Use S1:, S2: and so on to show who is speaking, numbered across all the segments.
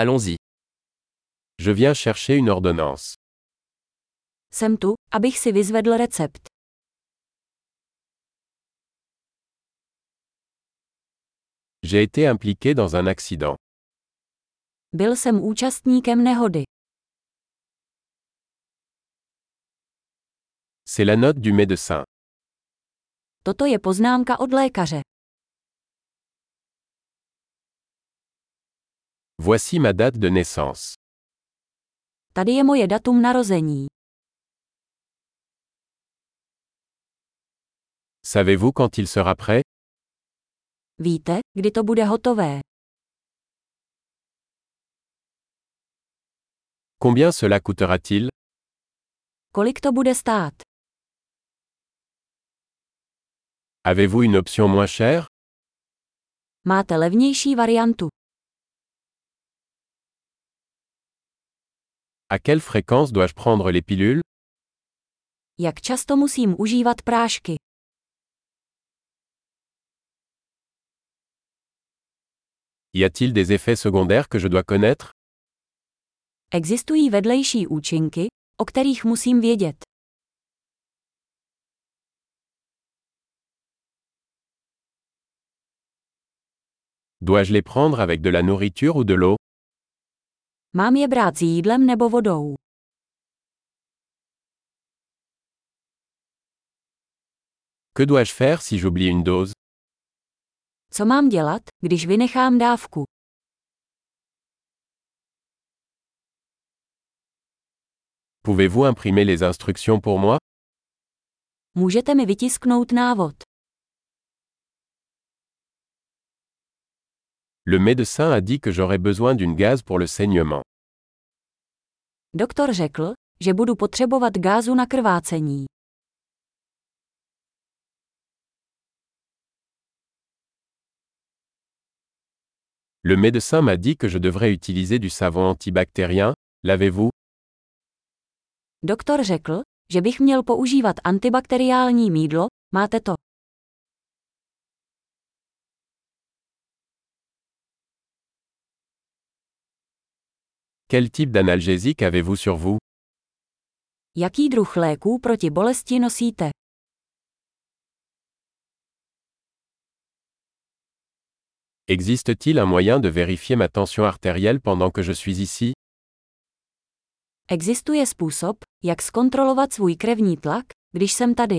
S1: Allons-y. Je viens chercher une ordonnance.
S2: Jsem tu, abych si vyzvedl recept.
S1: J'ai été impliqué dans un accident.
S2: Byl jsem účastníkem nehody.
S1: C'est la note du médecin.
S2: Toto je poznámka od lékaře.
S1: Voici ma date de naissance.
S2: Tady je moje datum narození.
S1: Savez-vous quand il sera prêt
S2: Víte, kdy to bude hotové?
S1: Combien cela coûtera-t-il
S2: Kolik to bude stát?
S1: Avez-vous une option moins chère
S2: Máte levnější variantu.
S1: À quelle fréquence dois-je prendre les pilules
S2: Jak často musím užívat prášky?
S1: Y a-t-il des effets secondaires que je dois connaître
S2: Existují vedlejší účinky, o kterých musím vědět.
S1: Dois-je les prendre avec de la nourriture ou de l'eau
S2: Mám je brát s jídlem nebo vodou?
S1: Que dois-je faire si j'oublie une dose
S2: Co mám dělat, když vynechám dávku?
S1: Pouvez-vous imprimer les instructions pour moi
S2: Můžete mi vytisknout návod.
S1: Le médecin a dit que j'aurais besoin d'une gaz pour le saignement.
S2: Doktor řekl, že budu potřebovat gázu na krvácení.
S1: Le médecin m'a dit que je devrais utiliser du savon antibactérien. L'avez-vous
S2: Doktor řekl, že bych měl používat antibakteriální mídlo, máte to.
S1: Quel type d'analgésique avez-vous sur vous
S2: Jaký druh léků proti bolesti nosíte?
S1: Existe-t-il un moyen de vérifier ma tension artérielle pendant que je suis ici
S2: Existuje způsob, jak zkontrolovat svůj krevní tlak, když jsem tady.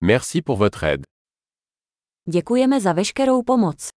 S1: Merci pour votre aide.
S2: Děkujeme za veškerou pomoc.